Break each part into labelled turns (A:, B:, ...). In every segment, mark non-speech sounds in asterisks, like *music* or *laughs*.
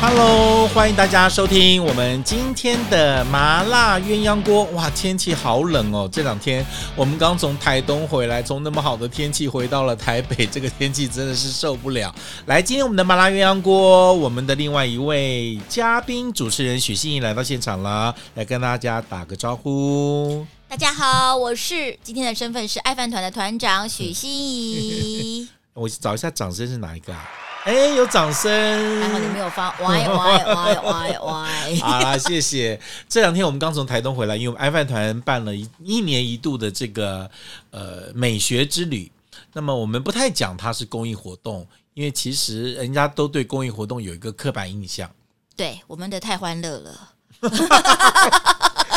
A: Hello，欢迎大家收听我们今天的麻辣鸳鸯锅。哇，天气好冷哦！这两天我们刚从台东回来，从那么好的天气回到了台北，这个天气真的是受不了。来，今天我们的麻辣鸳鸯锅，我们的另外一位嘉宾主持人许欣怡来到现场了，来跟大家打个招呼。
B: 大家好，我是今天的身份是爱饭团的团长许
A: *laughs*
B: 心怡。
A: 我找一下掌声是哪一个啊？哎，有掌声！
B: 还好你没有发 y y y y
A: *laughs*
B: y。
A: 好啦，啊谢谢。这两天我们刚从台东回来，因为我们爱饭团办了一一年一度的这个呃美学之旅。那么我们不太讲它是公益活动，因为其实人家都对公益活动有一个刻板印象，
B: 对，我们的太欢乐了，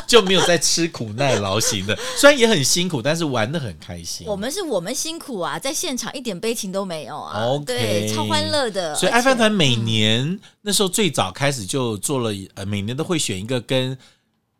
A: 就没有在吃苦耐劳型的。虽然也很辛苦，但是玩的很开心。
B: 我们是我们辛苦啊，在现场一点悲情都没有啊
A: OK
B: 对，超欢乐的。
A: 所以爱饭
B: 而且嗯
A: 团每年、那时候最早开始就做了，呃，每年都会选一个跟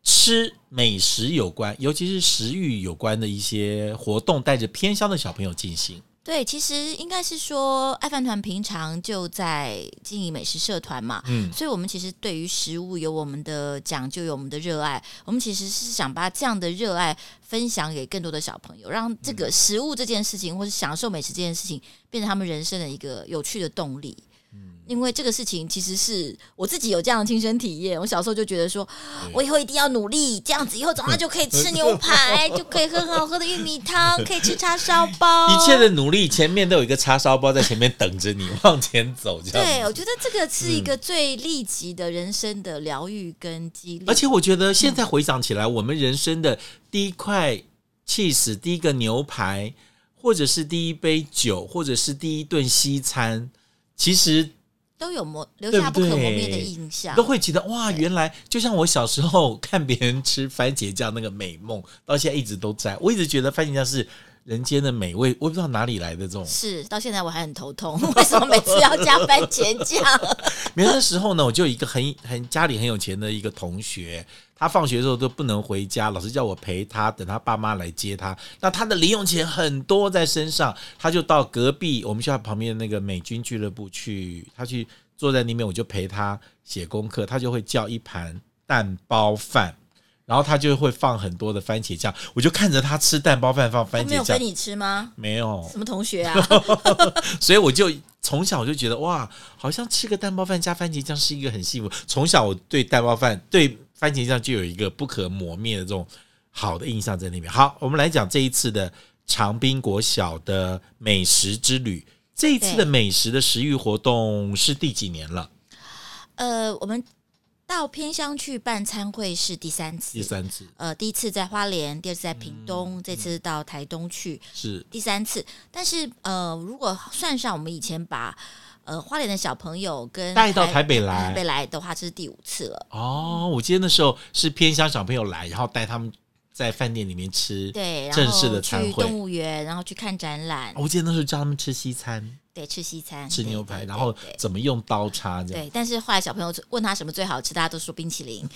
A: 吃美食有关，尤其是食欲有关的一些活动，带着偏乡的小朋友进行。
B: 对，其实应该是说爱饭团平常就在经营美食社团嘛，
A: 嗯，
B: 所以，我们其实对于食物有我们的讲究，有我们的热爱。我们其实是想把这样的热爱分享给更多的小朋友，让这
A: 嗯
B: 个食物这件事情，或是享受美食这件事情，变成他们人生的一个有趣的动力。
A: 嗯
B: 因为这个事情其实是我自己有这样的亲身体验。我小时候就觉得说，我以后一定要努力，这样子以后长大就可以吃牛
A: *laughs*
B: 排，就可以喝很好喝的玉米汤，可以吃叉烧包，
A: 一切的努力前面都有一个叉烧包在前面等着你往前走，这
B: 对，
A: 样。
B: 我觉得这个是一个最立即的人生的疗愈跟激励，
A: 而且我觉得现在回想起来，我们人生的第一块 cheese，第一个牛排，或者是第一杯酒，或者是第一顿西餐，其实
B: 都有磨留下不可磨灭的印象。
A: 都会觉得哇，原来就像我小时候看别人吃番茄酱那个美梦，到现在一直都在。我一直觉得番茄酱是人间的美味，我也不知道哪里来的这种。
B: 是，到现在我还很头痛， *laughs* 为什么每次要加番茄酱？
A: 没有那时候呢，我就有一个很很家里很有钱的一个同学，他放学的时候都不能回家，老师叫我陪他，等他爸妈来接他。那他的零用钱很多在身上，他就到隔壁我们学校旁边的那个美军俱乐部去，他去坐在那边，我就陪他写功课，他就会叫一盘蛋包饭。然后他就会放很多的番茄酱，我就看着他吃蛋包饭放
B: 他
A: *laughs* 番
B: 没
A: 茄
B: 有
A: 酱
B: 跟，你吃吗？
A: *laughs* 没有，
B: 什么同学
A: *laughs*
B: 啊？
A: 所以我就从小我就觉得哇，好像吃个蛋包饭加番茄酱是一个很幸福。从小我对蛋包饭、对番茄酱就有一个不可磨灭的这种好的印象在那边。好，我们来讲这一次的长滨国小的美食之旅。这一次的
B: 对
A: 美食的食育活动是第几年了？
B: 呃，我们到偏乡去办餐会是第三次，
A: 第三次
B: 呃，第一次在花莲，第二次在屏
A: 嗯
B: 东，这次到台东去，
A: 是
B: 第三次。但是呃，如果算上我们以前把呃花莲的小朋友跟
A: 带到台北
B: 台
A: 来
B: 北来的话，这是第五次了。
A: 哦。我记得那时候是偏乡小朋友来，然后带他们在饭店里面吃。
B: 对，然
A: 正
B: 后
A: 式的餐
B: 去
A: 会
B: 动物园，然后去看展览，
A: 哦我记得那时候叫他们吃西餐、
B: 对，吃西餐，
A: 吃
B: 对
A: 牛排，
B: 对
A: 然后
B: 对对
A: 怎么用刀叉这样。
B: 对，但是后来小朋友问他什么最好吃，大家都说冰淇淋。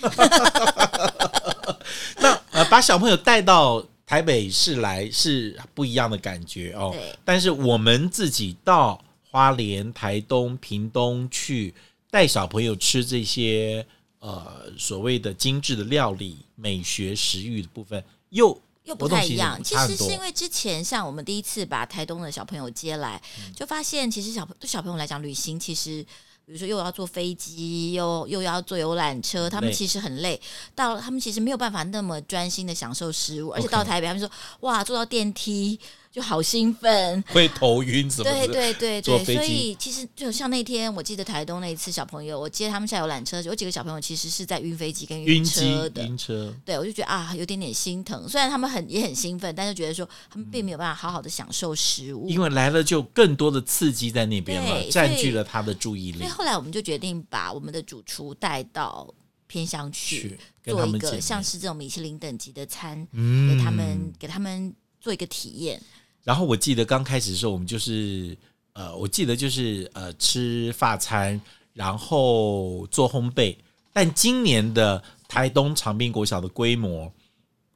A: 那呃，把小朋友带到台北市来是不一样的感觉哦
B: 对。
A: 但是我们自己到花莲、台东、屏东去带小朋友吃这些呃所谓的精致的料理、美学食欲的部分，又
B: 又不太一
A: 活
B: 样，
A: 动
B: 其
A: 性差
B: 实
A: 很多
B: 是因为之前像我们第一次把台东的小朋友接来，
A: 嗯
B: 就发现其实小朋对小朋友来讲，旅行其实比如说又要坐飞机，又又要坐游览车，他们
A: 累
B: 其实很累，到他们其实没有办法那么专心的享受食物，而且
A: OK
B: 到台北，他们说哇，坐到电梯就好兴奋，
A: 会头晕什么
B: 对
A: 的。
B: 对对
A: 坐
B: 对，
A: 飞
B: 所
A: 机
B: 以其实就像那天，我记得台东那一次，小朋友我接他们下游览车，有几个小朋友其实是在晕飞机跟
A: 晕机
B: 车、的。
A: 晕车，
B: 对，我就觉得啊，有点点心疼。虽然他们很也很兴奋，但是觉得说他们并没有办法好好的享受食物。
A: 因为来了就更多的刺激在那边了，
B: 对
A: 占
B: 所以
A: 据了他的注意
B: 所
A: 力
B: 以，后来我们就决定把我们的主厨带到偏乡去
A: 去，跟
B: 做
A: 他
B: 一
A: 们见
B: 个
A: 面
B: 像是这种米其林等级的餐，
A: 嗯
B: 给他们给他们做一个体验。
A: 然后我记得刚开始的时候，我们就是呃，我记得就是呃吃法餐，然后做烘焙，但今年的台东长滨国小的规模，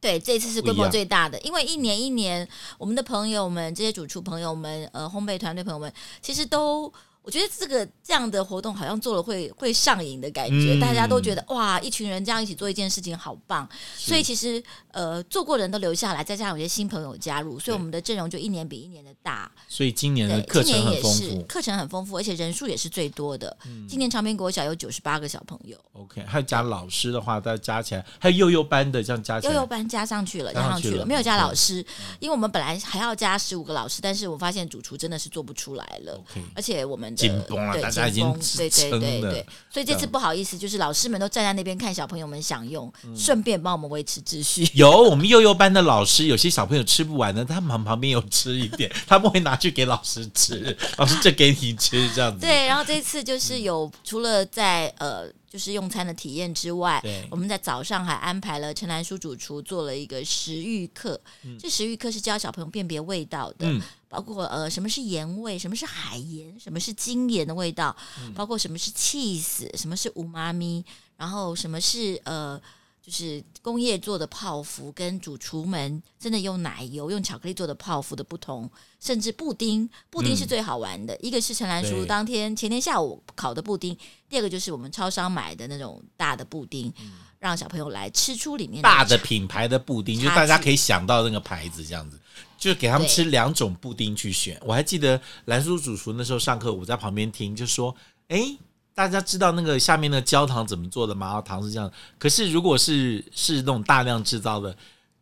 B: 对，这次是
A: 不一
B: 规模
A: 样
B: 最大的，因为一年一年，我们的朋友们、这些主厨朋友们、呃，烘焙团队朋友们，其实都。我觉得这个这样的活动好像做了会会上瘾的感觉，
A: 嗯
B: 大家都觉得哇，一群人这样一起做一件事情好棒，
A: 是
B: 所以其实呃做过的人都留下来，再加上有些新朋友加入，所
A: 对
B: 以我们的阵容就一年比一年的大。
A: 所以今年的
B: 对，
A: 课
B: 今
A: 程
B: 年
A: 很
B: 也
A: 丰
B: 是
A: 富。嗯
B: 课程很丰富，而且人数也是最多的。今年长滨国小有九十八个小朋友，
A: OK，还有加老师的话，再加起来，还有幼幼班的这样加起
B: 悠
A: 来，
B: 悠班加上去了，
A: 加
B: 加
A: 上
B: 上
A: 去
B: 去
A: 了嗯
B: 了，没有加
A: OK
B: 老师，因为我们本来还要加十五个老师，但是我发现主厨真的是做不出来了。
A: OK，
B: 而且我们的
A: 紧绷了
B: 对
A: 大家已
B: 紧
A: 经
B: 绷
A: 支
B: 对对
A: 撑
B: 对
A: 了嗯
B: 对，所以这
A: 这
B: 次
A: 样
B: 不好意思，就是老师们都站在那边看小朋友们享用，
A: 嗯
B: 顺便帮我们维持秩序。
A: 有我们幼幼班的老师，有些小朋友吃不完的，他们旁边有吃一点， *laughs* 他们会拿去给老师吃，老师这给你吃这样子。嗯
B: 对，然后这次就是有除了在呃就是用餐的体验之外
A: 对，
B: 我们在早上还安排了陈兰淑主厨做了一个食欲课。这食欲课是教小朋友辨别味道的，
A: 嗯
B: 包括呃什么是盐味，什么是海盐，什么是精盐的味道，
A: 嗯
B: 包括什么是 cheese，什么是umami，然后什么是呃。就是工业做的泡芙跟主厨们真的用奶油、用巧克力做的泡芙的不同，甚至布丁，布丁是
A: 嗯
B: 最好玩的。一个是陈兰
A: 对
B: 叔当天前天下午烤的布丁，第二个就是我们超商买的那种大的布丁，让小朋友来吃出里面
A: 嗯大
B: 的
A: 的品牌的布丁，
B: 嗯差
A: 就
B: 距
A: 大家可以想到那个牌子这样子，就给他们
B: 对
A: 吃两种布丁去选。我还记得蓝叔主厨那时候上课，我在旁边听，就说：“诶，大家知道那个下面的焦糖怎么做的吗？然后糖是这样，可是如果是是那种大量制造的。”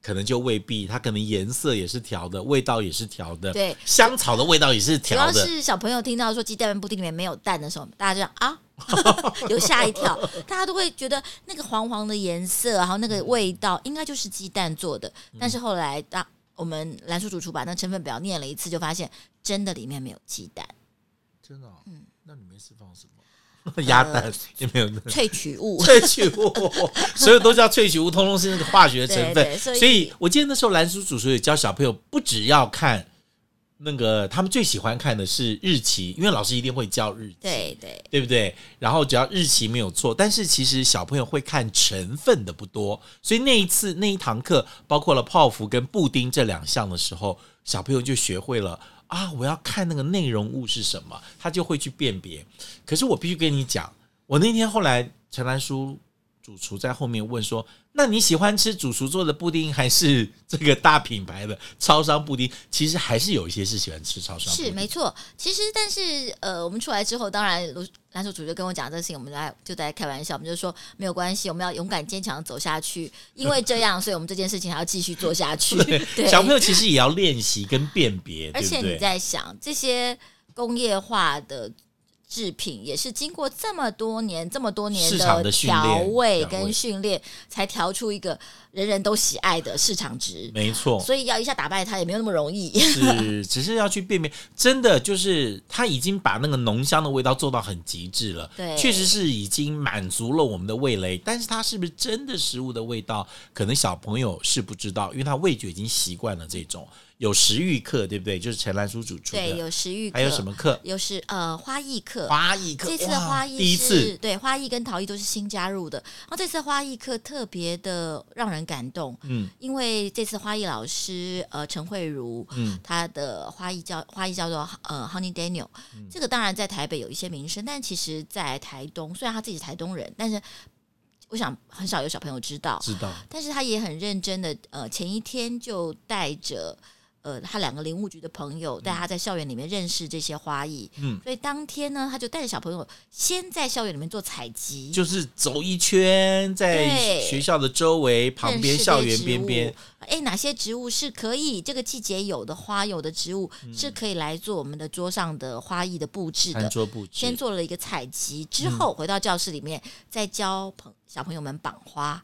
A: 可能就未必，它可能颜色也是调的，味道也是调的，
B: 对
A: 香草的味道也是
B: 主
A: 调
B: 要
A: 的，
B: 是小朋友听到说鸡蛋布丁里面没有蛋的时候，大家就想
A: *laughs*
B: 啊，有吓一跳，大家都会觉得那个黄黄的颜色，然后那个味道，应该就是鸡蛋做的。
A: 嗯
B: 但是后来，当我们蓝叔主厨把那成分表念了一次，就发现真的里面没有鸡蛋，
A: 真的、嗯， *laughs* 那里面是放什么？ *laughs* 鸭蛋
B: 嗯
A: 也没有那
B: 萃取物。
A: *laughs* 萃取物， *laughs* 所有都叫萃取物，通通是那个化学成分。
B: 对对所以
A: 我记得那时候蓝叔主厨也教小朋友，不只要看那个他们最喜欢看的是日期，因为老师一定会教日期，
B: 对对，
A: 对不对？然后只要日期没有错，但是其实小朋友会看成分的不多，所以那一次那一堂课包括了泡芙跟布丁这两项的时候，小朋友就学会了啊，我要看那个内容物是什么，他就会去辨别。可是我必须跟你讲，我那天后来陈兰书主厨在后面问说：“那你喜欢吃主厨做的布丁，还是这个大品牌的超商布丁？”其实还是有一些是喜欢吃超商布丁，
B: 是没错。其实，但是呃，我们出来之后，当然卢蓝叔主就跟我讲这个事情，我们来就在开玩笑，我们就说没有关系，我们要勇敢坚强地走下去，因为这
A: *laughs*
B: 样，所以我们这件事情还要继续做下去。对，
A: 小朋友其实也要练习跟辨别，
B: 而且
A: 对不
B: 你
A: 对？
B: 在想这些工业化的。制品也是经过这么多年、这么多年
A: 市场的训练
B: 调味
A: 调味
B: 跟训练，才调出一个人人都喜爱的市场值。
A: 没错，
B: 所以要一下打败它也没有那么容易。
A: 是，只是要去辨别，真的就是他已经把那个浓香的味道做到很极致了，
B: 对
A: 确实是已经满足了我们的味蕾，但是它是不是真的食物的味道，可能小朋友是不知道，因为他味觉已经习惯了这种有食欲课，对不对？就是陈兰叔主出
B: *laughs* 对，
A: 的，
B: 有食欲课，
A: 还有什么课？
B: 有时呃花艺课，
A: 花艺课，
B: 这次的
A: 哇
B: 花艺
A: 第一
B: 是
A: 次
B: 对花艺跟陶艺都是新加入的。然后这次花艺课特别的让人感动，
A: 嗯，
B: 因为这次花艺老师呃陈慧茹，
A: 嗯，
B: 她的花艺叫花艺叫做呃 Honey Daniel，、这
A: 嗯
B: 个当然在台北有一些名声，但其实在台东，虽然他自己是台东人，但是我想很少有小朋友知道，
A: 知道，
B: 但是他也很认真的，呃，前一天就带着呃他两个林务局的朋友，带他在校园里面认识这些花艺，
A: 嗯，
B: 所以当天呢，他就带着小朋友先在校园里面做采集，
A: 就是走一圈，在
B: 对
A: 学校的周围旁边、
B: 认识
A: 校
B: 这些
A: 园
B: 植
A: 边
B: 物
A: 边，，
B: 哎，哪些植物是可以这个季节有的花有的植物、
A: 嗯
B: 是可以来做我们的桌上的花艺的布置
A: 餐
B: 的，
A: 桌布置，
B: 先做了一个采
A: 嗯
B: 集，之后回到教室里面、再教朋小朋友们绑花，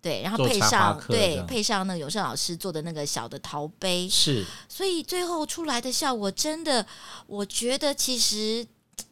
B: 对，然后
A: 做插
B: 配
A: 花
B: 上
A: 课这
B: 对
A: 样
B: 配上那个永胜老师做的那个小的陶杯，
A: 是
B: 所以最后出来的效果真的，我觉得其实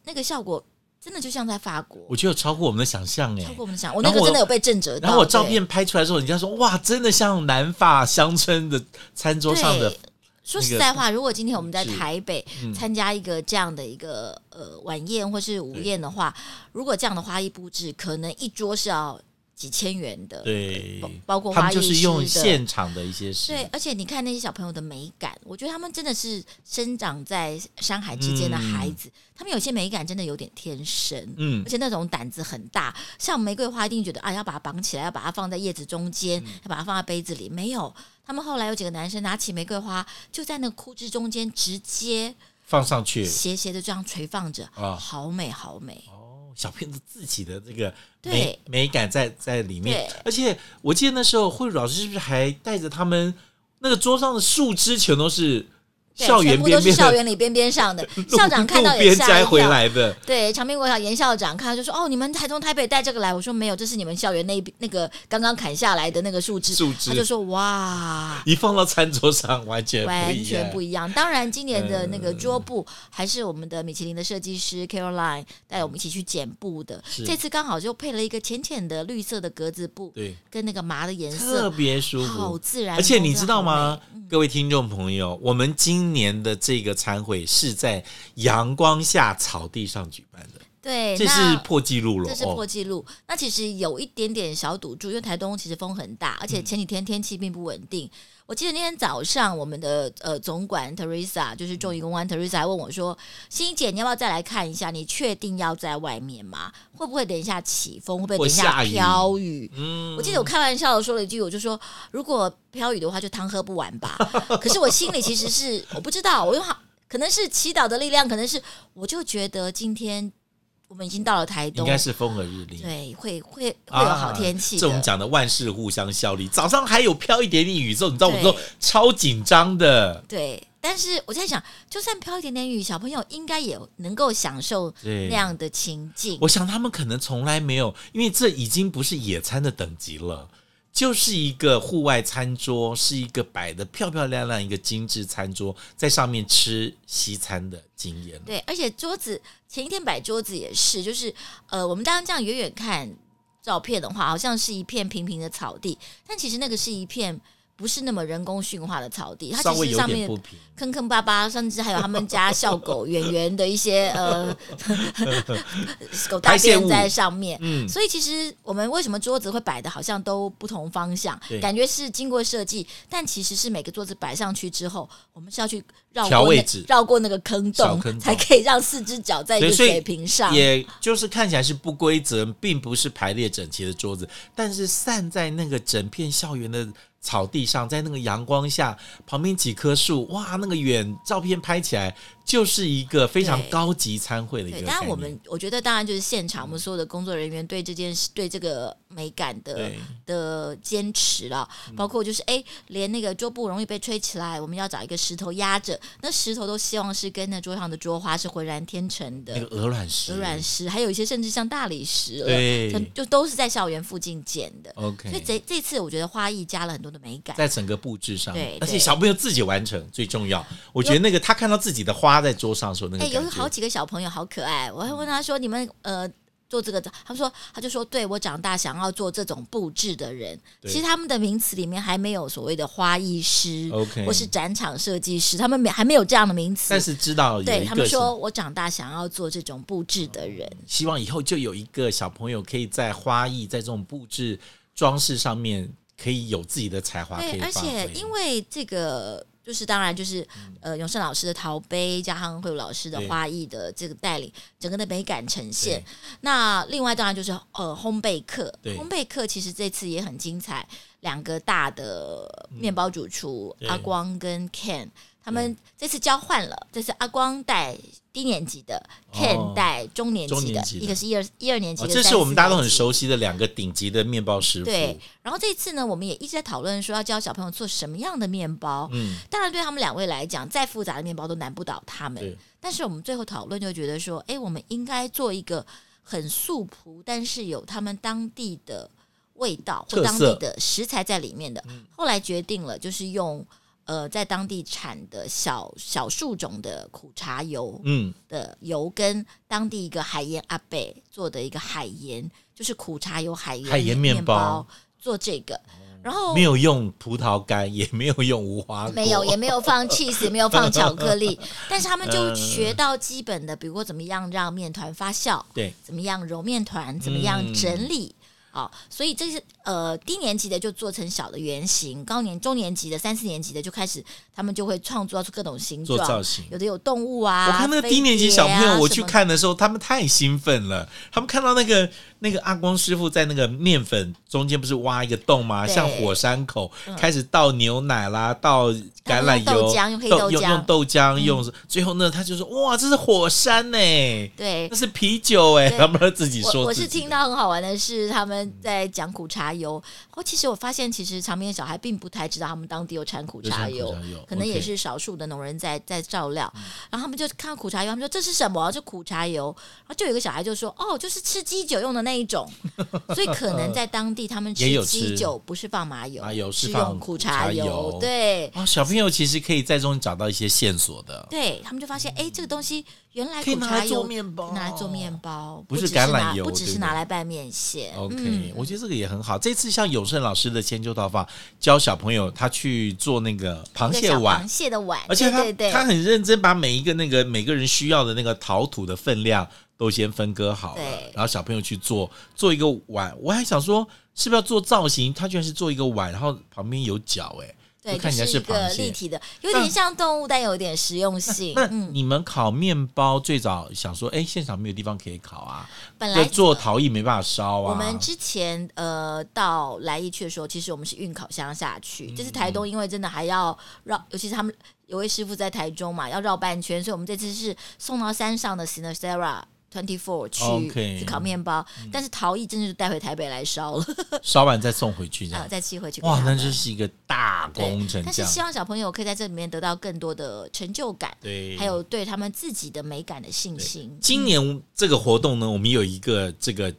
B: 那个效果真的就像在法国
A: 我，觉得有超过我们的想象哎、
B: 超过我们想，我
A: 然
B: 那
A: 后
B: 个
A: 我
B: 真的有被震折到，
A: 然后我照
B: 对
A: 片拍出来的时候，人家说哇，真的像南法乡村的餐桌上的
B: 对说
A: 那
B: 实
A: 个
B: 在话，如果今天我们在
A: 是
B: 台北
A: 嗯
B: 参加一个这样的一个呃晚宴或是午
A: 对
B: 宴的话，如果这样的花艺布置，可能一桌是要几千元的，
A: 对
B: 包，包括
A: 他
B: 花
A: 们
B: 艺
A: 就是
B: 师
A: 用
B: 的
A: 现场的一些事，
B: 对，而且你看那些小朋友的美感，我觉得他们真的是生长在山海之间的孩子，他们有些美感真的有点天生，
A: 嗯
B: 而且那种胆子很大。像玫瑰花，一定觉得啊，要把它绑起来，要把它放在叶子中间，
A: 嗯
B: 要把它放在杯子里。没有，他们后来有几个男生拿起玫瑰花，就在那个枯枝中间直接
A: 放上去。
B: 斜斜的这样垂放着，
A: 啊
B: 好美，好美。
A: 哦，小骗子自己的这个
B: 对
A: 美美感在在里面
B: 对，
A: 而且我记得那时候慧茹老师是不是还带着他们那个桌上的树枝全都是
B: 对
A: 校
B: 全
A: 园
B: 部
A: 边
B: 都是
A: 边
B: 校
A: 的
B: 园里边边上的，
A: *laughs* 路
B: 校长看到
A: 路
B: 也
A: 边
B: 吓一
A: 摘回
B: 跳。
A: 来的，
B: 对，长滨国小严校长看到就说：“哦，你们台中、台北带这个来。”我说：“没有，这是你们校园那一那个刚刚砍下来的那个树枝。”
A: 树枝
B: 他就说：“哇，
A: 一放到餐桌上完全不
B: 完
A: 一
B: 全
A: 样
B: 不。一样。”当然，今年的那个桌布还是我们的米其林的设计师 Caroline 带我们一起去剪布的。
A: 是
B: 这次刚好就配了一个浅浅的绿色的格子布，
A: 对，
B: 跟那个麻的颜
A: 特
B: 色，
A: 别舒
B: 好
A: 服。
B: 自然。
A: 而且
B: 风
A: 你
B: 格
A: 知道
B: 好嗯
A: 吗
B: 美？，
A: 各位听众朋友，我们今年的这个餐会是在阳光下草地上举办的，
B: 对，
A: 这
B: 那
A: 是破纪录了
B: 这是破
A: 哦。
B: 纪录。那其实有一点点小赌注，因为台东其实风很大，
A: 嗯
B: 而且前几天天气并不稳定。我记得那天早上，我们的呃总管 Teresa，就是
A: 嗯
B: 中仪公关 Teresa 还问我说：“欣怡姐，你要不要再来看一下？你确定要在外面吗？会不会等一下起风？会不会等一下
A: 或下雨
B: 飘雨？”
A: 嗯
B: 我记得我开玩笑的说了一句，我就说如果飘雨的话，就汤喝不完吧。可是我心里其实是我不知道，我用好可能是祈祷的力量，可能是我就觉得今天我们已经到了台
A: 应
B: 东，
A: 该是风和日丽。
B: 对，会会会有好天
A: 啊。
B: 气的。
A: 这我们讲的万事互相效力，早上还有飘一点点雨之后，你知道我们
B: 对
A: 都超紧张的。
B: 对，但是我在想，就算飘一点点雨，小朋友应该也能够享受
A: 对
B: 那样的情境。
A: 我想他们可能从来没有，因为这已经不是野餐的等级了，就是一个户外餐桌，是一个摆的漂漂亮亮一个精致餐桌，在上面吃西餐的经验。
B: 对，而且桌子前一天摆桌子也是，就是呃，我们当然这样远远看照片的话，好像是一片平平的草地，但其实那个是一片不是那么人工驯化的草地，它
A: 稍
B: 其
A: 微
B: 实
A: 有
B: 上
A: 点
B: 面
A: 不平，
B: 坑坑巴巴，甚至还有他们家小狗圆圆的
A: *laughs*
B: 一些呃狗大
A: 排泄
B: 便
A: 物
B: 在上面。
A: 嗯，
B: 所以其实我们为什么桌子会摆的好像都不同方向
A: 对，
B: 感觉是经过设计，但其实是每个桌子摆上去之后，我们是要去绕
A: 调
B: 过
A: 位
B: 那
A: 置
B: 绕过那个坑
A: 小
B: 洞，
A: 坑洞
B: 才可以让四只脚在一
A: 对
B: 个
A: 所以
B: 水平上。
A: 也就是看起来是不规则，并不是排列整齐的桌子，但是散在那个整片校园的草地上，在那个阳光下，旁边几棵树，哇，那个远照片拍起来就是一个非常
B: 对
A: 高级餐会的一个
B: 对，
A: 概念。
B: 当然我们我觉得当然就是现场我们所有的工作人员对这件事、对这个美感的
A: 对
B: 的坚持了，
A: 嗯
B: 包括就是哎，连那个桌布容易被吹起来，我们要找一个石头压着，那石头都希望是跟那桌上的桌花是浑然天成的
A: 那。个鹅卵石，
B: 鹅卵石，还有一些甚至像大理石了，
A: 对
B: 像就都是在校园附近捡的。所以
A: ，OK，
B: 这这次我觉得花艺加了很多的美感，
A: 在整个布置上
B: 对，
A: 而且
B: 对
A: 小朋友自己完成最重要。我觉得那个他看到自己的花在桌上的时候，那个
B: 哎、
A: 感觉、嗯
B: 有好几个小朋友好可爱，我还问他说：“你们呃做这个的？”他说：“他就说，对我长大想要做这种布置的人。”
A: 对
B: 其实他们的名词里面还没有所谓的花艺师
A: OK
B: 或是展场设计师，他们没还没有这样的名词
A: 但。是知道有
B: 对
A: 一
B: 他
A: 个
B: 们
A: 是
B: 说，我长大想要做这种布置的人。
A: 希望以后就有一个小朋友可以在花艺、在这种布置装饰上面，可以有自己的才华，可
B: 对，
A: 以
B: 而
A: 发
B: 且
A: 挥。嗯
B: 因为这个。就是当然，就是呃，永胜老师的陶杯加上慧茹老师的
A: 对
B: 花艺的这个带领，整个的美感呈现
A: 对。
B: 那另外当然就是呃，烘焙课，
A: 对
B: 烘焙课其实这次也很精彩，两个大的面包主厨、
A: 嗯对
B: 阿光跟 Ken，他们这次交换了，这次阿光带低年级的、
A: 哦
B: Ken 带中年
A: 中
B: 级的
A: 年，级的
B: 一个是一二一二年级
A: 哦，
B: 的，
A: 这
B: 三
A: 是我们大家都很
B: 四年级
A: 熟悉的两个顶级的面包师傅。
B: 对，然后这次呢，我们也一直在讨论说要教小朋友做什么样的面包。
A: 嗯，
B: 当然，对他们两位来讲，再复杂的面包都难不倒他们
A: 对。
B: 但是我们最后讨论就觉得说，哎，我们应该做一个很素朴，但是有他们当地的味道
A: 特
B: 或
A: 色嗯
B: 当地的食材在里面的。后来决定了，就是用呃在当地产的小小树种的苦茶油
A: 嗯，
B: 的油，跟当地一个海盐阿贝做的一个海盐，就是苦茶油海盐
A: 海盐面包哦
B: 做这个。然后
A: 没有用葡萄干，也没有用无花果，
B: 哦没有，也没有放 cheese，也没有放巧
A: *laughs*
B: 克力，但是他们就学到基本的，比如说怎么样让面团发酵，
A: 对，
B: 怎么样揉面团，怎么样整理。
A: 嗯
B: 好，所以这是呃低年级的就做成小的圆形，高年中年级的三四年级的就开始，他们就会创造出各种形
A: 做造
B: 状，
A: 型。
B: 有的有动物啊，
A: 我看那个
B: 飞
A: 低年级小朋
B: 碟啊
A: 友，我
B: 什
A: 去
B: 么
A: 看的时候，他们太兴奋了。他们看到那个那个阿光师傅在那个面粉中间不是挖一个洞吗？
B: 对嗯
A: 像火山口，开始倒牛奶啦，倒橄榄
B: 他们用
A: 油，
B: 豆浆用嗯黑豆
A: 用
B: 浆
A: 用豆浆，用最后呢，他就说：“哇，这是火山呢、
B: 对
A: 那。是啤酒哎、
B: 对
A: 他们自己
B: 我
A: 说
B: 我
A: 自己
B: 是听到很好玩的是，他们在讲苦茶油。哦，其实我发现，其实长边的小孩并不太知道他们当地有产苦
A: 有
B: 茶
A: 产苦
B: 油
A: 茶油，
B: 可能也
A: OK 嗯
B: 是少数的农人在在照料。然后他们就看到苦茶油，他们说这是什么？就苦茶油。然后就有一个小孩就说：“哦，就是吃鸡酒用的那
A: *laughs*
B: 一种。”所以可能在当地他们
A: 也有
B: 吃鸡
A: 吃
B: 酒不是放麻油，
A: 麻油是
B: 是
A: 放
B: 用苦
A: 苦茶
B: 茶油
A: 油。
B: 对
A: 啊、小朋友其实可以在中找到一些线索的，
B: 对，他们就发现，哎，这个东西原来
A: 可以
B: 苦
A: 拿
B: 茶
A: 来
B: 油
A: 做面包，
B: 拿来做面包，
A: 不
B: 只
A: 是
B: 是
A: 橄榄
B: 拿
A: 油
B: 不只
A: 对
B: 是
A: 不
B: 拿
A: 对
B: 来拌面线。
A: OK，、
B: 嗯
A: 我觉得这个也很好。这次像永胜老师的千秋套房，教小朋友他去做那个螃
B: 对
A: 蟹
B: 小
A: 碗
B: 螃，蟹的碗，
A: 而且他
B: 对对
A: 他
B: 对，
A: 很认真把每一个那个每个人需要的那个陶土的分量都先分割好了
B: 对，
A: 然后小朋友去做做一个碗。我还想说是不是要做造型，他居然是做一个碗，然后旁边有角、欸，
B: 对，
A: 就看起来
B: 就是一
A: 是螃
B: 个立
A: 蟹。
B: 体的，有点像动物，但有点实用性。
A: 那
B: 嗯，
A: 你们烤面包最早想说，哎、现场没有地方可以烤啊，
B: 本
A: 就
B: 来
A: 做陶艺没办法烧啊。
B: 我们之前呃到来义去的时候，其实我们是运烤箱下
A: 嗯
B: 去，就是台东，因为真的还要绕，尤其是他们有位师傅在台中嘛，要绕半圈，所以我们这次是送到山上的 Sinasera。Twenty Four 去
A: OK 嗯
B: 去烤面包，但是陶艺真的是带回台北来烧了，
A: 烧完再送回去这
B: 然
A: 样
B: *laughs* 后。再寄回去给
A: 哇，
B: 他
A: 那
B: 们
A: 就是一个大工程
B: 但
A: 这
B: 是希
A: 样。
B: 望小朋友可以在这里面得到更多的成就感，
A: 对，
B: 还有对他们自己的美感的信心。
A: 今年这个活动呢，我们有一个这个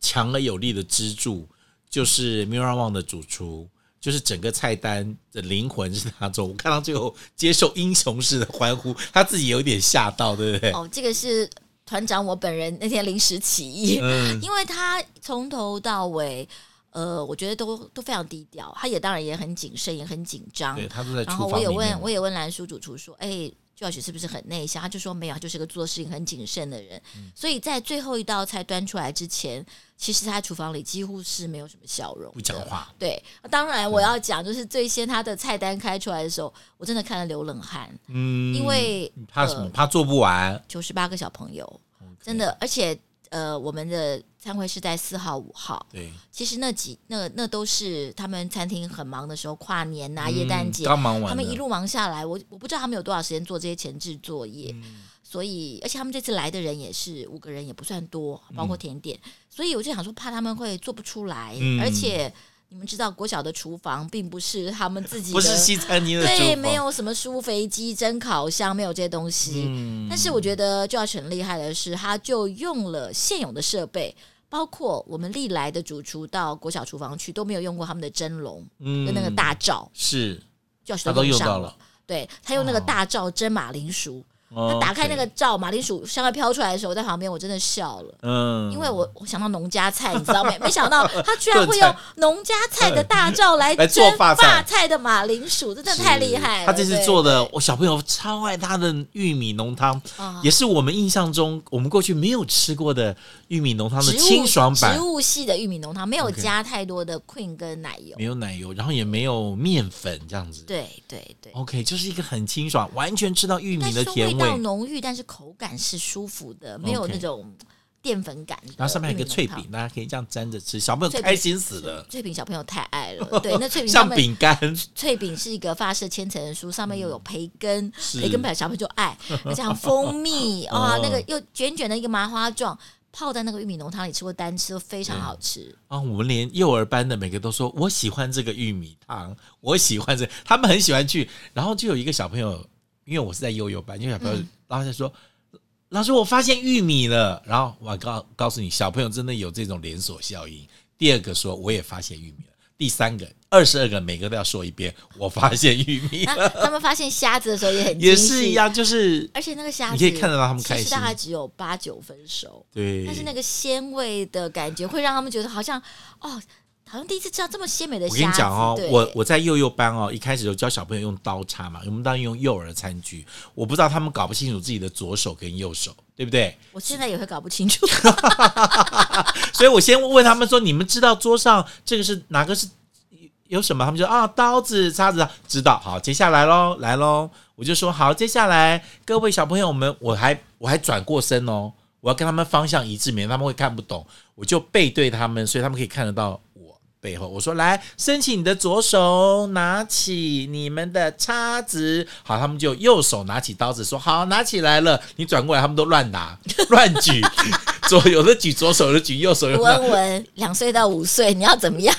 A: 强而有力的支柱，就是 Mira Wang 的主厨。就是整个菜单的灵魂是他做，我看到最后接受英雄式的欢呼，他自己有点吓到，对不对？
B: 哦，这个是团长我本人那天临时起意， *laughs*
A: 嗯，
B: 因为他从头到尾，呃，我觉得都都非常低调，他也当然也很谨慎，也很紧张。
A: 对他都在厨
B: 然后
A: 房
B: 我
A: 里
B: 也
A: 面。
B: 问，我也问兰叔主厨说，哎。教学是不是很内向？他就说没有，他就是个做事情很谨慎的人。
A: 嗯
B: 所以在最后一道菜端出来之前，其实他在厨房里几乎是没有什么笑容，
A: 不讲话。
B: 对，当然我要讲，就是最先他的菜单开出来的时候，我真的看了流冷汗，
A: 嗯，
B: 因为
A: 你怕什么？
B: 呃
A: 怕做不完。
B: 九十八个小朋友，真的，而且呃，我们的餐会是在四号、五号，
A: 对，
B: 其实那几那那都是他们餐厅很忙的时候，跨年呐、
A: 嗯
B: 耶诞节，啊
A: 刚忙完了，
B: 他们一路忙下来，我我不知道他们有多少时间做这些前置作业，
A: 嗯
B: 所以而且他们这次来的人也是五个人，也不算多，包括甜点，所以我就想说，怕他们会做不出来，
A: 嗯
B: 而且你们知道国小的厨房并不是他们自己的，
A: 不是西餐厅的厨
B: 对，
A: 房，
B: 没。有什么苏肥鸡、蒸烤箱，没有这些东西。
A: 嗯，
B: 但是我觉得 Josh 很厉害的是，他就用了现有的设备。包括我们历来的主厨到国小厨房去都没有用过他们的蒸笼
A: 嗯
B: 跟那个大罩，
A: 是，
B: Josh
A: 他都用
B: 上
A: 到
B: 了
A: 了。
B: 对他用那个
A: 哦
B: 大罩蒸马铃薯，
A: 他
B: 他打开那个罩，马铃薯香味飘出来的时候，我在旁边我真的笑了。
A: 嗯，
B: 因为我我想到农家菜，你知道没？ *laughs* 没想到他居然
A: 炖
B: 会
A: 菜
B: 用农家菜的大罩来
A: 来做
B: 蒸
A: 法菜
B: 法菜的马铃薯，真的太厉害了。
A: 他这次
B: 对
A: 做的，我小朋友超爱他的玉米浓汤，
B: 啊
A: 也是我们印象中我们过去没有吃过的玉米浓汤的
B: 植物
A: 清爽版
B: 植，物系的玉米浓汤，没有
A: OK
B: 加太多的 queen 跟奶油
A: 没。有奶油，然后也没有面粉这样子。
B: 对对对，
A: OK，就是一个很清爽，完全吃哦到玉米
B: 但
A: 的
B: 是味
A: 甜
B: 道
A: 味。
B: 浓郁，但是口感是舒服的，没有
A: OK
B: 那种淀粉感的玉米浓汤。
A: 然后上面还有一个脆饼，大家可以这样沾着吃，小朋友
B: 脆饼
A: 开心死了，
B: 脆饼小朋友太爱了，对，那脆
A: *laughs*
B: 饼他
A: 像
B: 们
A: 饼干。
B: 脆饼是一个法式千层酥，上面又有培根，
A: 嗯是
B: 培根本来小朋友就
A: *laughs*
B: 爱，再加上蜂蜜啊，
A: 哦
B: 那个又卷卷的一个麻花状，泡在那个玉米浓汤里吃过单吃，非常好吃。
A: 啊、我们连幼儿班的每个都说我喜欢这个玉米汤，我喜欢这，他们很喜欢去。然后就有一个小朋友，因为我是在幼幼班，因为小朋友，然后他说。嗯老师，我发现玉米了。然后我告告诉你，小朋友真的有这种连锁效应。第二个说我也发现玉米了，第三个二十二个每个都要说一遍，我发现玉米了，
B: 那他们发现虾子的时候也很
A: *laughs* 也
B: 惊
A: 是
B: 喜
A: 一，样，就是
B: 而且那个虾子
A: 你可以看得到他们开心
B: 其实大概只有八九分熟，
A: 对。
B: 但是那个鲜味的感觉会让他们觉得好像哦。好像第一次吃到这么鲜美的
A: 我
B: 虾
A: 跟你讲哦
B: 子，对
A: 我我在幼幼班哦，一开始就教小朋友用刀叉嘛，我们当然用幼儿餐具。我不知道他们搞不清楚自己的左手跟右手，对不对？
B: 我现在也会搞不
A: *laughs*
B: 清楚，
A: 所以我先问他们说：“你们知道桌上这个是哪个是有什么？”他们就啊，刀子、叉子，知道。好，接下来喽，来喽，我就说好，接下来各位小朋友们，我还我还转过身哦，我要跟他们方向一致，免得他们会看不懂。我就背对他们，所以他们可以看得到我背后。我说来，伸起你的左手，拿起你们的叉子。好，他们就右手拿起刀子，说好，拿起来了。你转过来，他们都乱拿乱举，左有的举左手，有的举右手，有的拿
B: 文文两岁到五岁，你要
A: *laughs*
B: 怎么样？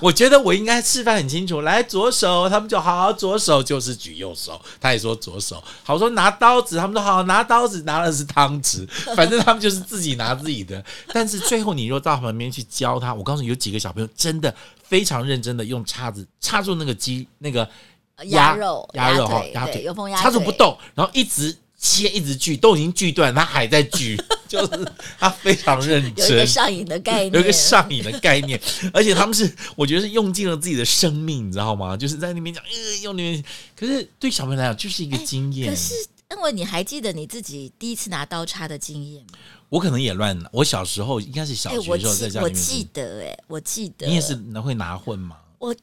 A: 我觉得我应该示范很清楚，来左手，他们就好好左手就是举右手，他也说左手，好我说拿刀子，他们说好拿刀子，拿的是汤匙，反正他们就是自己拿自己的。但是最后你若到旁边去教他，我告诉你，有几个小朋友真的非常认真的用叉子插住那个鸡那个
B: 鸭肉、
A: 鸭肉哈
B: 腿、
A: 鸭
B: 对，
A: 腿
B: 油封鸭
A: 插住
B: 腿
A: 不。动，然后一直切一直锯，都已经锯断，他还在锯，
B: *laughs*
A: 就是他非常认
B: 有
A: 真，
B: 一个上瘾的概念，
A: 有一个上瘾的概念， *laughs* 而且他们是，我觉得是用尽了自己的生命，你知道吗？就是在那边讲，呃，用那边，可是对小朋友来讲就是一个经验。
B: 哎可是，因为你还记得你自己第一次拿刀叉的经验吗？
A: 我可能也乱拿，我小时候应该是小
B: 哎、
A: 学
B: 我
A: 的时候在
B: 记
A: 家里
B: 我
A: 面
B: 记
A: 是，
B: 得、哎，我记得
A: 你也是能会拿混吗？
B: 我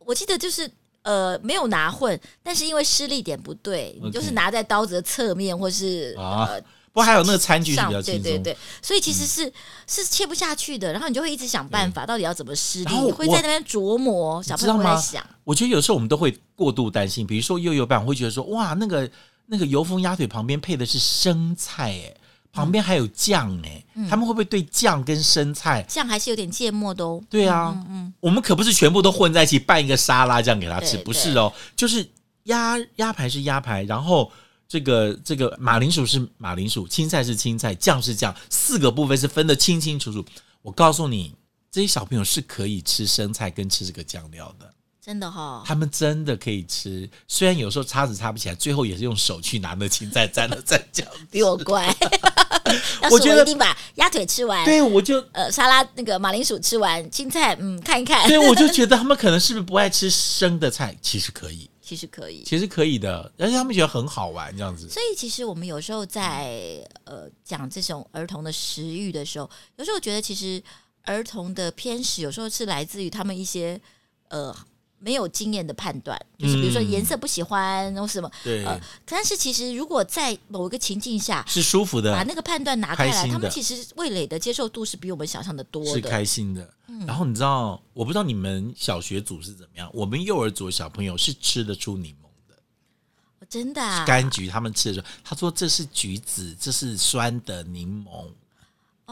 B: 我记得就是呃没有拿混，但是因为施力点不对，你就是
A: OK
B: 拿在刀子的侧面或是、
A: 啊
B: 呃
A: 不过还有那个餐具是
B: 上
A: 比较轻
B: 对
A: 松，嗯
B: 对对，所以其实是、是切不下去的，然后你就会一直想办法，到底要怎么施力，
A: 然后
B: 你会
A: 我
B: 在那边琢磨，小
A: 知
B: 朋
A: 道
B: 友会在
A: 吗
B: 想，
A: 我觉得有时候我们都会过度担心，比如说幼幼班，我会觉得说，哇，那个那个油封鸭腿旁边配的是生菜，哎，旁边还有酱，哎、
B: 嗯
A: 他们会不会对酱跟生菜？
B: 这样还是有点芥末的哦。
A: 对啊，
B: 嗯嗯，
A: 我们可不是全部都混在一起拌一个沙拉这样给他吃，
B: 对
A: 不是哦，就是鸭鸭排是鸭排，然后这个这个马铃薯是马铃薯，青菜是青菜，酱是酱，四个部分是分得清清楚楚。我告诉你，这些小朋友是可以吃生菜跟吃这个酱
B: 哦
A: 料的，
B: 真的哦
A: *laughs*
B: 哈、
A: 他们真的可以吃。虽然有时候叉子插不起来，最后也是用手去拿那青菜沾了蘸
B: *laughs*
A: 酱。
B: 比我
A: *laughs*
B: 乖。要
A: 我
B: 是
A: 觉
B: 我
A: 得
B: 一定把鸭腿吃完，
A: 对，我就
B: 呃，沙拉那个马铃薯吃完，青菜嗯看一看，
A: 对我就觉得他们可能是不是不爱吃生的菜，其实可以，
B: 其实可以。
A: 其实可以的，而且他们觉得很好玩这样子。
B: 所以其实我们有时候在呃讲这种儿童的食欲的时候，有时候觉得其实儿童的偏食有时候是来自于他们一些呃没有经验的判断，就是比如说
A: 嗯
B: 颜色不喜欢或什么。
A: 对。
B: 呃但是其实如果在某一个情境下，
A: 是舒服
B: 把
A: 的，
B: 啊那个判断拿开
A: 开
B: 来，
A: 心的
B: 他们其实味蕾的接受度是比我们想象的嗯多
A: 是
B: 的。
A: 开心的。然后你知道，我不知道你们小学组是怎么样，我们幼儿组的小朋友是吃得出柠檬的，
B: 哦真的、啊，
A: 柑橘他们吃的时候，他说这是橘子，这是酸的柠檬。
B: 哦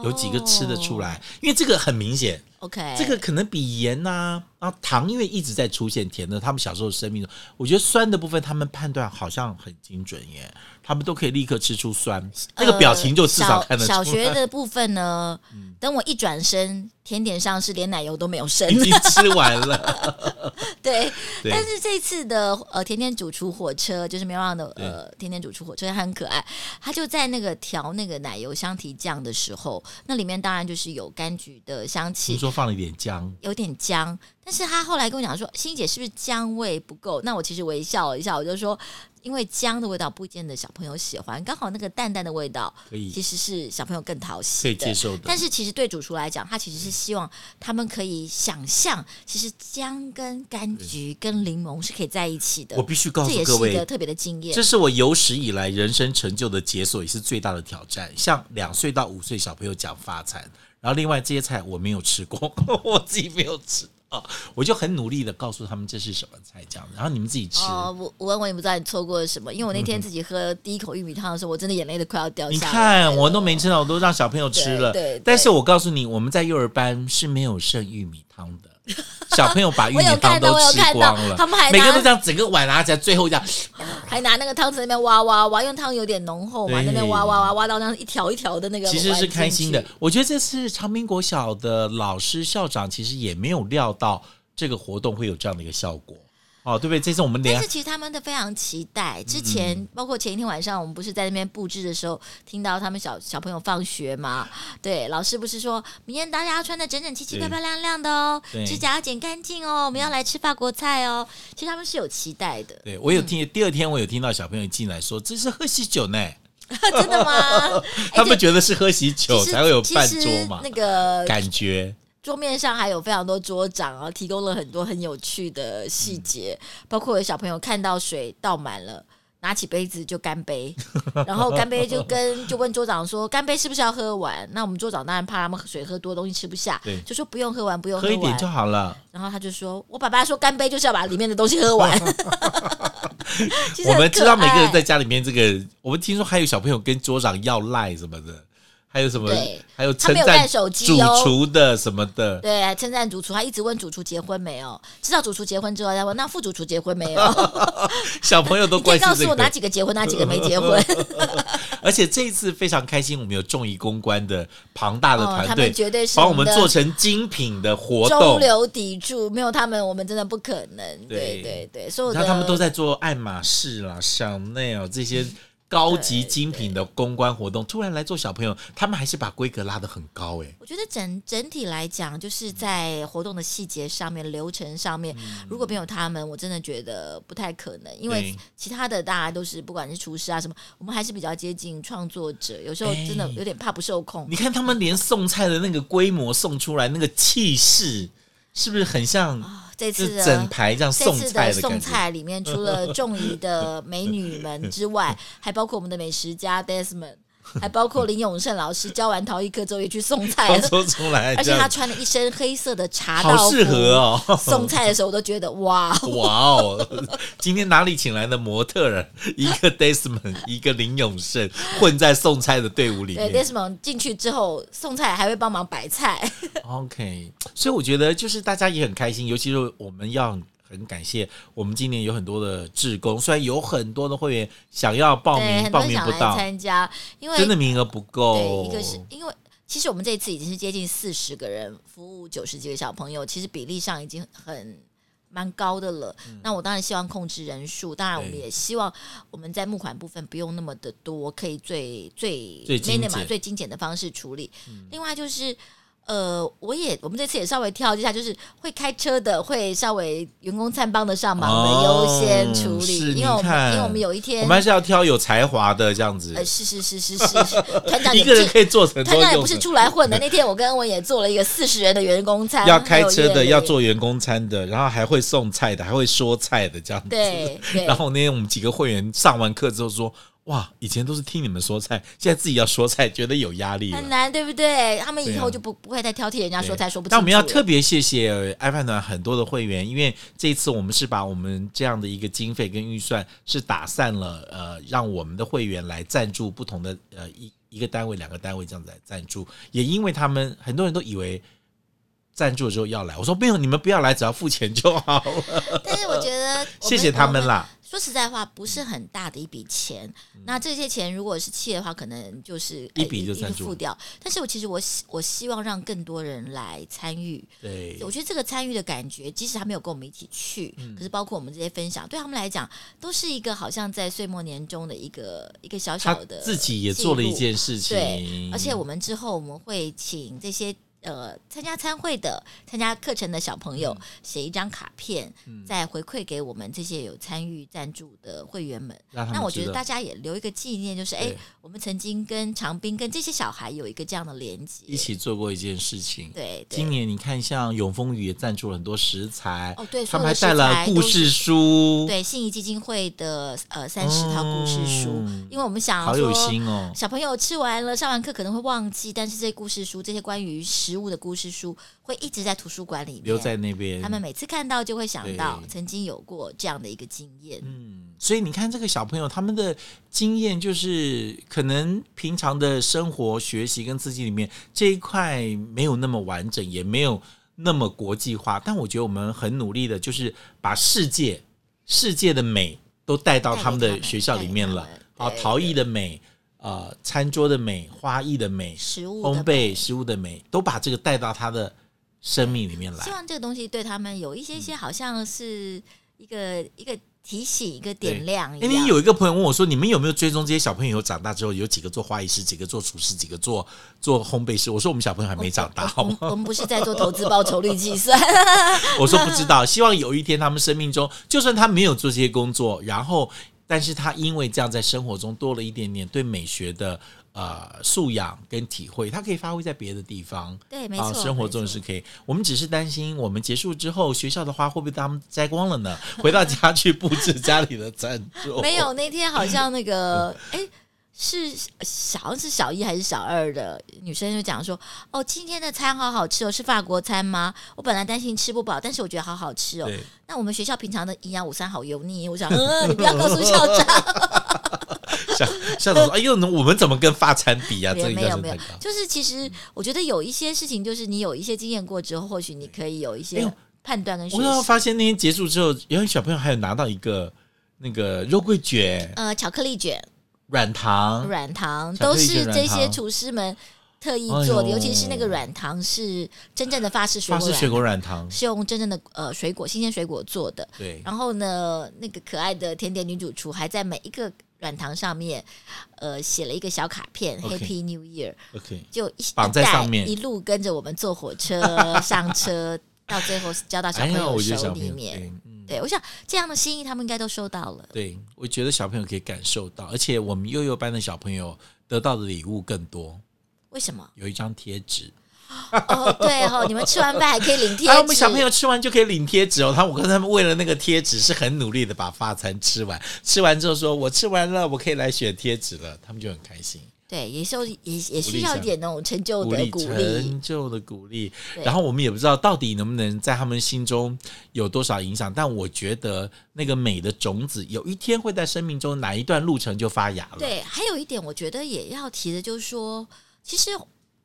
A: 有几个吃得出来，因为这个很明显，
B: OK，
A: 这个可能比盐呐、啊，糖，因为一直在出现甜的，他们小时候的生命中，我觉得酸的部分他们判断好像很精准耶，他们都可以立刻吃出酸，那个表情就至少看得出来。
B: 呃
A: 嗯
B: 小。小学的部分呢，等我一转身，甜点上是连奶油都没有剩。
A: 已经吃完了，
B: *laughs* 对，
A: 嗯对
B: 但是这次的呃甜甜主厨火车就是喵浪的呃甜甜主厨火车，它很可爱。它就在那个调那个奶油香缇酱的时候，那里面当然就是有柑橘的香
A: 听
B: 气。
A: 说放了一点姜，
B: 有点姜，但是他后来跟我讲说，欣姐是不是姜味不够？那我其实微笑了一下，我就说，因为姜的味道不见得小朋友喜欢，刚好那个淡淡的味道，
A: 可以
B: 其实是小朋友更讨
A: 嗯
B: 喜
A: 可
B: 的，
A: 以接受的。
B: 但是其实对主厨来讲，他其实是希望他们可以想象，其实姜跟柑橘跟柠檬是可以在一起的
A: 我。必须告
B: 这
A: 诉
B: 也
A: 各
B: 是一个
A: 位，
B: 特别的经验
A: 这。是我有史以来人生成就的解锁，也是最大的挑战。向两岁到五岁小朋友讲法餐，然后另外这些菜我没有吃过， *laughs* 我自己没有吃啊，我就很努力的告诉他们这是什么菜这样子，然后你们自己吃。
B: 哦，我我文文也不知道你错过了什么，因为我那天自己喝第一口玉米汤的时候，我真的眼泪都快要掉
A: 嗯你
B: 下来了。
A: 看，我都没吃到，我都让小朋友吃了。
B: 对对对
A: 但是我告诉你，我们在幼儿班是没有剩玉米汤的。小朋友把玉
B: 我有
A: 米汤
B: 看到
A: 都
B: 我有
A: 吃
B: 看到
A: 光了，
B: 他们还
A: 每个
B: 拿
A: 都这样，整个碗拿起来，最后这样。
B: 还拿那个汤匙那边挖挖挖，因为汤有点浓厚嘛，
A: 对
B: 那边挖挖挖挖到那样一条一条的那个。
A: 其实是开心的。。我觉得这次长滨国小的老师校长其实也没有料到这个活动会有这样的一个效果。哦，对不对？嗯这次我们连
B: 但是其实他们都非常期待。之前、包括前一天晚上，我们不是在那边布置的时候，听到他们小小朋友放学嘛，对，老师不是说明天大家要穿的整整齐齐、
A: 对
B: 漂漂亮亮的哦，
A: 对
B: 指甲要剪干净哦，我们要来吃法国菜哦。其实他们是有期待的，
A: 对我有听，第二天我有听到小朋友进来说这是喝喜酒呢，
B: 哎 *laughs* 真的吗？
A: 他们觉得是喝喜酒
B: 其实
A: 才 *laughs* 会有饭
B: 其
A: 桌
B: 实
A: 嘛，
B: 那个
A: 感觉
B: 桌面上还有非常多桌长啊，提供了很多很有趣的
A: 嗯
B: 细节，包括有小朋友看到水倒满了。拿起杯子就干杯，然后干杯就跟就问桌长说干杯是不是要喝完？那我们桌长当然怕他们水喝多，东西吃不下
A: 对，
B: 就说不用喝完，不用
A: 喝
B: 完。
A: 一点就好了。
B: 然后他就说，我爸爸说干杯就是要把里面的东西
A: *laughs*
B: 喝完。其实
A: 我
B: 很
A: 们知道
B: 可
A: 每个人
B: 爱
A: 在家里面这个，我们听说还有小朋友跟桌长要赖什么的，还有什么
B: 对，
A: 还有
B: 他
A: 称
B: 没有
A: 赞
B: 带
A: 主
B: 手机哦
A: 厨的什么的，
B: 对，还称赞主厨，他一直问主厨结婚没有，知道主厨结婚之后，他问那副主厨结婚没有？
A: *laughs* 小朋友都
B: 你可
A: 关
B: 以告
A: 心
B: 诉
A: 这
B: 我哪
A: 个。
B: 几个结婚，哪几个没
A: *laughs*
B: 结婚？
A: 而且这一次非常开心，我们有众仪公关的庞大的
B: 哦
A: 团
B: 他
A: 队
B: 们，绝对是
A: 把我们
B: 的
A: 做成精品的活
B: 中
A: 动。
B: 流砥柱，没有他们，我们真的不可能。
A: 对
B: 对对对，所有
A: 你
B: 的
A: 看他们都在做爱马仕啦、Chanel 这些高级
B: 对
A: 精品的公关活动，突然来做小朋友，他们还是把规格拉得很高哎、
B: 我觉得整整体来讲，就是在活动的细节上面、流程上面，如果没有他们，我真的觉得不太可能。因为
A: 嗯对
B: 其他的大家都是不管是厨师啊什么，我们还是比较接近创作者，有时候真的
A: 哎
B: 有点怕不受控。
A: 你看他们连送菜的那个规模送出来，那个气势是不是很像？
B: 啊这
A: 就
B: 次
A: 是
B: 的
A: 整排这样
B: 这
A: 送
B: 次
A: 菜
B: 的
A: 的
B: 送
A: 感觉。
B: 菜里面，除了众仪的美女们之
A: *laughs*
B: 外，还包括我们的美食家 Desmond，还包括林永胜老师教完陶艺课之后也去送菜
A: 刚
B: 了，
A: 说出来，
B: 而
A: 哎这
B: 且
A: 样
B: 他穿了一身黑色的茶道服，
A: 好适合哦。
B: 送菜的时候，我都觉得哇，
A: *laughs* 哇哦！今天哪里请来的模特儿？一个 Desmond，一个林永胜，混在送菜的队伍里
B: 对
A: 面。
B: Desmond 进去之后送菜还会帮忙摆菜，
A: OK，所以我觉得就是大家也很开心，尤其是我们要很感谢我们今年有很多的志工，虽然有很多的会员想要报
B: 对，
A: 名，
B: 很
A: 报
B: 多人
A: 名
B: 想
A: 不
B: 来
A: 到，
B: 参加，因为
A: 真的名额不够。
B: 对，一个是因为其实我们这一次已经是接近四十个人，服务九十几个小朋友，其实比例上已经很。蛮高的了，那我当然希望控制人数，当然我们
A: 嗯对
B: 也希望我们在募款部分不用那么的多，可以最最
A: 最精
B: minimal
A: 简嗯
B: 最精简的方式处理。另外就是，呃，我也我们这次也稍微挑一下，就是会开车的，会稍微员工参帮的上忙的优先处
A: 哦是
B: 理，
A: 你
B: 因为我
A: 看
B: 们因为我们有一天
A: 我们还是要挑有才华的这样子，
B: 呃是是是是是
A: *laughs*
B: 团长
A: 一
B: 也
A: 个人
B: 进
A: 可以做成
B: 团
A: 多
B: 长也
A: 用
B: 不是
A: 的。
B: 出来混的。那天我跟文也做了一个四十人的员工餐，
A: 要开车
B: 还有
A: 的，
B: 夜
A: 要
B: 旅。
A: 做员工餐的，然后还会送菜的，还会说菜的这样子。
B: 对
A: *laughs*
B: 对
A: 然后那天我们几个会员上完课之后说：“哇，以前都是听你们说菜，现在自己要说菜，觉得有压力了。”
B: 很难，对不对？他们以
A: 对
B: 后
A: 啊
B: 就不不会再挑剔人家说才说不清楚
A: 那
B: 了。
A: 我们要特别谢谢爱饭团很多的会员，因为这一次我们是把我们这样的一个经费跟预算是打散了，呃，让我们的会员来赞助不同的呃一一个单位、两个单位这样子来赞助。也因为他们很多人都以为赞助了之后要来，我说没有，你们不要来，只要付钱就
B: *laughs*
A: 好 *laughs* 了。
B: 但是我
A: *laughs*
B: 觉得我
A: 谢谢他们。啦，嗯
B: 我说实在话，不是很大的一笔钱。那这些钱如果是企业的话，可能就是
A: 一
B: 哎
A: 笔就赞助
B: 付掉。但是我其实我希我希望让更多人来参与，
A: 对
B: 我觉得这个参与的感觉，即使他没有跟我们一起去，
A: 嗯
B: 可是包括我们这些分享，对他们来讲，都是一个好像在岁末年终的一个一个小
A: 他
B: 小的
A: 自己也做了一
B: 记录
A: 件事情，
B: 对，而且我们之后我们会请这些呃参加参会的、参加课程的小朋
A: 嗯
B: 友写一张卡片，再回馈给我们这些有参与赞助的会员们。
A: 让他们
B: 那我
A: 知
B: 觉得
A: 道
B: 大家也留一个纪念，就是哎
A: 对，
B: 我们曾经跟长滨、跟这些小孩有一个这样的连接。
A: 一起做过一件事情。
B: 对，对
A: 今年你看，像永丰宇也赞助了很多食材，
B: 哦对
A: 他
B: 所有
A: 们还
B: 的
A: 带
B: 食
A: 了
B: 材
A: 故
B: 都
A: 事
B: 是
A: 书，，
B: 对信宜基金会的呃三十套故事书，
A: 嗯
B: 因为我们想
A: 好有
B: 说。
A: 心哦。
B: 小朋友吃完了，上完课可能会忘记，但是这些故事书，这些关于食物的故事书，会一直在图书馆里面
A: 留在那边，
B: 他们每次看到就会想到
A: 对
B: 曾经有过这样的一个经验。
A: 嗯，所以你看这个小朋友，他们的经验就是可能平常的生活、学习跟自己里面这一块没有那么完整，也没有那么国际化。但我觉得我们很努力的，就是把世界世界的美都带到他们
B: 带给
A: 的
B: 他们
A: 学校里面了
B: 带给。他
A: 啊
B: 们，对
A: 陶艺的美，呃，餐桌的美，花艺的美，
B: 食物
A: 烘
B: 的
A: 焙食物的美，都把这个带到他的生命里面来嗯
B: 希。望这个东西对他们有一些些好像是一个一个提醒，一个点亮一
A: 哎，
B: 样。
A: 你有一个朋友问我说，你们有没有追踪这些小朋友长大之后，有几个做花艺师，几个做厨师，几个做做烘焙师？我说我们小朋友还没长大，好
B: *laughs* 我
A: 吗
B: 们？我们不是在做投资报酬率计算， *laughs*
A: 我说不知道，希望有一天他们生命中，就算他没有做这些工作，然后，但是他因为这样在生活中多了一点点对美学的呃素养跟体会，他可以发挥在别的地方。
B: 对，没
A: 啊
B: 错，，
A: 生活中
B: 没错
A: 是可以。我们只是担心，我们结束之后，学校的花会不会被他们摘光了
B: *laughs*
A: 呢？回到家去布置家里的餐桌，
B: 没有，那天好像那个 *laughs* 哎。是小好像是小一还是小二的女生就讲说，哦，今天的餐好好吃哦，是法国餐吗？我本来担心吃不饱，但是我觉得好好吃哦。
A: 对。
B: 那我们学校平常的营养午餐好油腻，我想，
A: *laughs*
B: 嗯，你不要告诉校长，
A: 校校长说：“哎呦，我们怎么跟发餐比啊？
B: 没
A: 这
B: 有
A: 应
B: 没
A: 该
B: 有
A: 是
B: 没有
A: 太高，。
B: 就是其
A: 嗯
B: 实我觉得有一些事情，就是你有一些经验过之后，或许你可以有一
A: 哎呦
B: 些判断跟学
A: 我要
B: 习。
A: 发现那天结束之后，有些小朋友还有拿到一个那个肉桂卷、
B: 呃，巧克力卷、
A: 软糖，
B: 软糖
A: 巧克
B: 都
A: 力卷
B: 是这
A: 啊软
B: 些
A: 糖
B: 厨师们特意
A: 哎
B: 做的，
A: 呦
B: 尤其是那个软糖是真正的法式水
A: 法
B: 果
A: 式
B: 软
A: 水果软糖，
B: 是用真正的呃水果新鲜水果做的。
A: 对，
B: 然后呢，那个可爱的甜点女主厨还在每一个软糖上面，呃，写了一个小卡片
A: OK
B: “Happy New Year”，
A: OK，
B: 就一
A: 绑在
B: 一带
A: 上面
B: 一路跟着我们坐火车
A: *laughs*
B: 上车，到最后交到小
A: 哎
B: 朋
A: 呀，
B: 友
A: 我觉得
B: 手
A: 小朋
B: 里
A: 友
B: 面。
A: 对，嗯。”
B: 对，我想这样的心意他们应该都收到了。
A: 对，我觉得小朋友可以感受到，而且我们幼幼班的小朋友得到的礼物更多，？
B: 为什么
A: 有一张贴纸。
B: 哦，对哦，你们吃完饭还可以
A: *laughs*
B: 领贴
A: 哎，我们
B: 纸。
A: 小朋友吃完就可以领贴纸哦。他我跟他们为了那个贴纸是很努力的把发餐吃完，吃完之后说我吃完了，我可以来选贴纸了，他们就很开心，
B: 对，也是也也
A: 鼓励
B: 需
A: 一
B: 要
A: 下
B: 一点那种成就
A: 鼓
B: 的
A: 励
B: 鼓励。
A: 成就的鼓励。
B: 对
A: 然后我们也不知道到底能不能在他们心中有多少影响，但我觉得那个美的种子有一天会在生命中哪一段路程就发芽了。
B: 对，还有一点我觉得也要提的，就是说，其实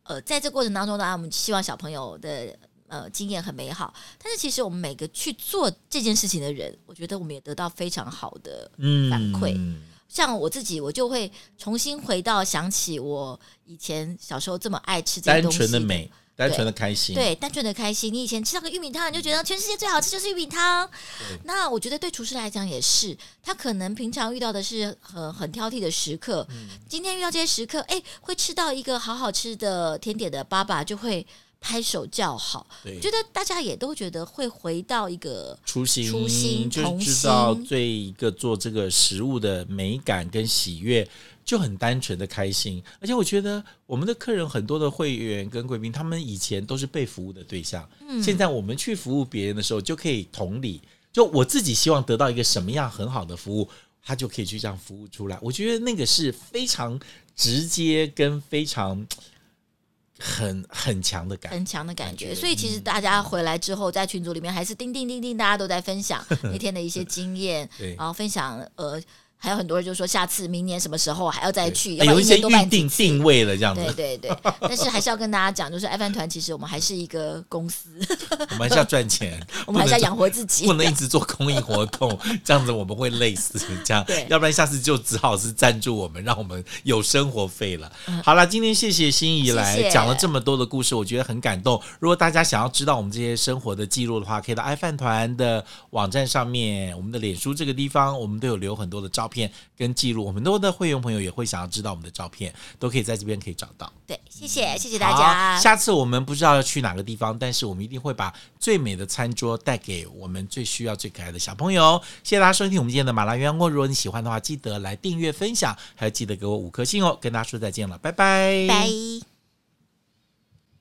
B: 呃，在这过程当中当然我们希望小朋友的呃经验很美好，但是其实我们每个去做这件事情的人，我觉得我们也得到非常好的
A: 嗯，
B: 反馈像我自己，我就会重新回到想起我以前小时候这么爱吃这些
A: 单
B: 东西，
A: 纯的，美，单纯的开心，
B: 对，单纯的开心。你以前吃到个玉米汤，你就觉得全世界最好吃就是玉米汤
A: 对。
B: 那我觉得对厨师来讲也是，他可能平常遇到的是很很挑剔的时刻，
A: 嗯
B: 今天遇到这些时刻，哎，会吃到一个好好吃的甜点的爸爸就会拍手叫好。
A: 对
B: 我觉得大家也都觉得会回到一个
A: 初心，
B: 初心
A: 就是
B: 童
A: 知道
B: 心
A: 最一个做这个食物的美感跟喜悦，就很单纯的开心。而且我觉得我们的客人很多的会员跟贵宾，他们以前都是被服务的对象，
B: 嗯
A: 现在我们去服务别人的时候，就可以同理，就我自己希望得到一个什么样很好的服务。他就可以去这样服务出来，我觉得那个是非常直接跟非常很很强的感觉。
B: 很强的感
A: 感
B: 觉。
A: 觉嗯
B: 所以其实大家回来之后，在群组里面还是叮叮叮叮，大家都在
A: *laughs*
B: 分享那天的一些经验
A: 对，
B: 然后分享呃，还有很多人就说下次明年什么时候还要再去，
A: 哎
B: 要
A: 有
B: 不
A: 一
B: 然一
A: 些
B: 年多
A: 预
B: 半
A: 定定位了这样子，
B: 对对对，
A: *laughs*
B: 但是还是要跟大家讲，就是爱饭团其实我们还是一个
A: *laughs*
B: 公司，
A: 我们还是要赚钱，
B: *laughs* 我们还是要
A: 不能
B: 养活自己
A: 不。能一直做公益活动， *laughs* 这样子我们会累死。这样
B: 对，
A: 要不然下次就只好是赞助我们，让我们有生活费了。好了，今天谢谢心怡来
B: 嗯谢谢
A: 讲了这么多的故事，我觉得很感动。如果大家想要知道我们这些生活的记录的话，可以到爱饭团的网站上面，我们的脸书这个地方，我们都有留很多的照片跟记录。我们多的会员朋友也会想要知道我们的照片，都可以在这边可以找到。
B: 对，谢谢谢谢大家
A: 好，下次我们不知道要去哪个地方，但是我们一定会把最美的餐桌带给我们最需要、最可爱的小朋友。谢谢大家收听我们今天的马拉鸳鸯锅。如果你喜欢的话，记得来订阅、分享，还有记得给我五颗星哦。跟大家说再见了，拜拜，
B: 拜。